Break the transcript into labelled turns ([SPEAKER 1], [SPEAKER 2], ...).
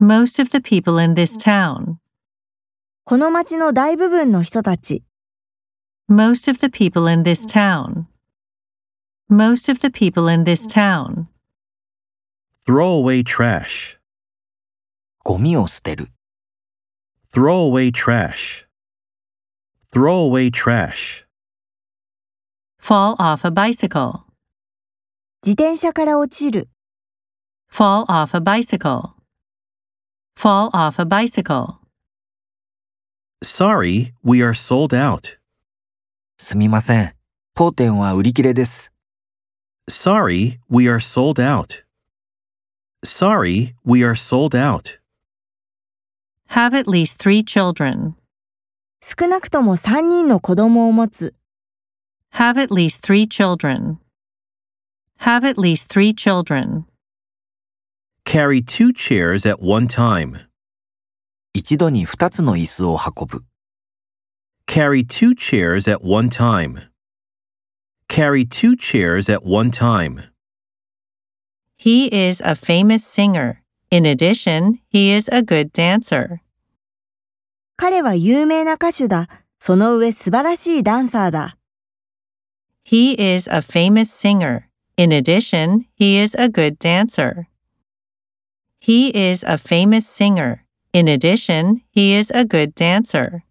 [SPEAKER 1] most of the people in this town,
[SPEAKER 2] この町の大部分の人たち、
[SPEAKER 1] most of the people in this town, most of the people in this town,
[SPEAKER 3] Throw away trash.
[SPEAKER 4] ゴミを捨てる。
[SPEAKER 3] Throw away trash. Throw away trash.
[SPEAKER 1] fall off a bicycle,
[SPEAKER 2] 自転車から落ちる、
[SPEAKER 1] fall off a bicycle, fall off a bicycle,
[SPEAKER 3] Sorry, we are sold out.
[SPEAKER 4] すみません。当店は売り切れです。
[SPEAKER 3] Sorry, we are sold out. Sorry, we are sold out.
[SPEAKER 1] have at least three children,
[SPEAKER 2] 少なくとも3人の子供を持つ、
[SPEAKER 1] have at least three children, have at least three children,
[SPEAKER 3] Carry two chairs at one time.
[SPEAKER 4] 一度に二つの椅子を運ぶ。
[SPEAKER 3] Carry two chairs at one time. Carry two chairs at one time.
[SPEAKER 1] He is a famous singer. In addition, he is a good dancer.
[SPEAKER 2] 彼は有名な歌手だ、その上素晴らしいダンサーだ。
[SPEAKER 1] He is a famous singer. In addition, he is a good dancer. He is a famous singer. In addition, he is a good dancer.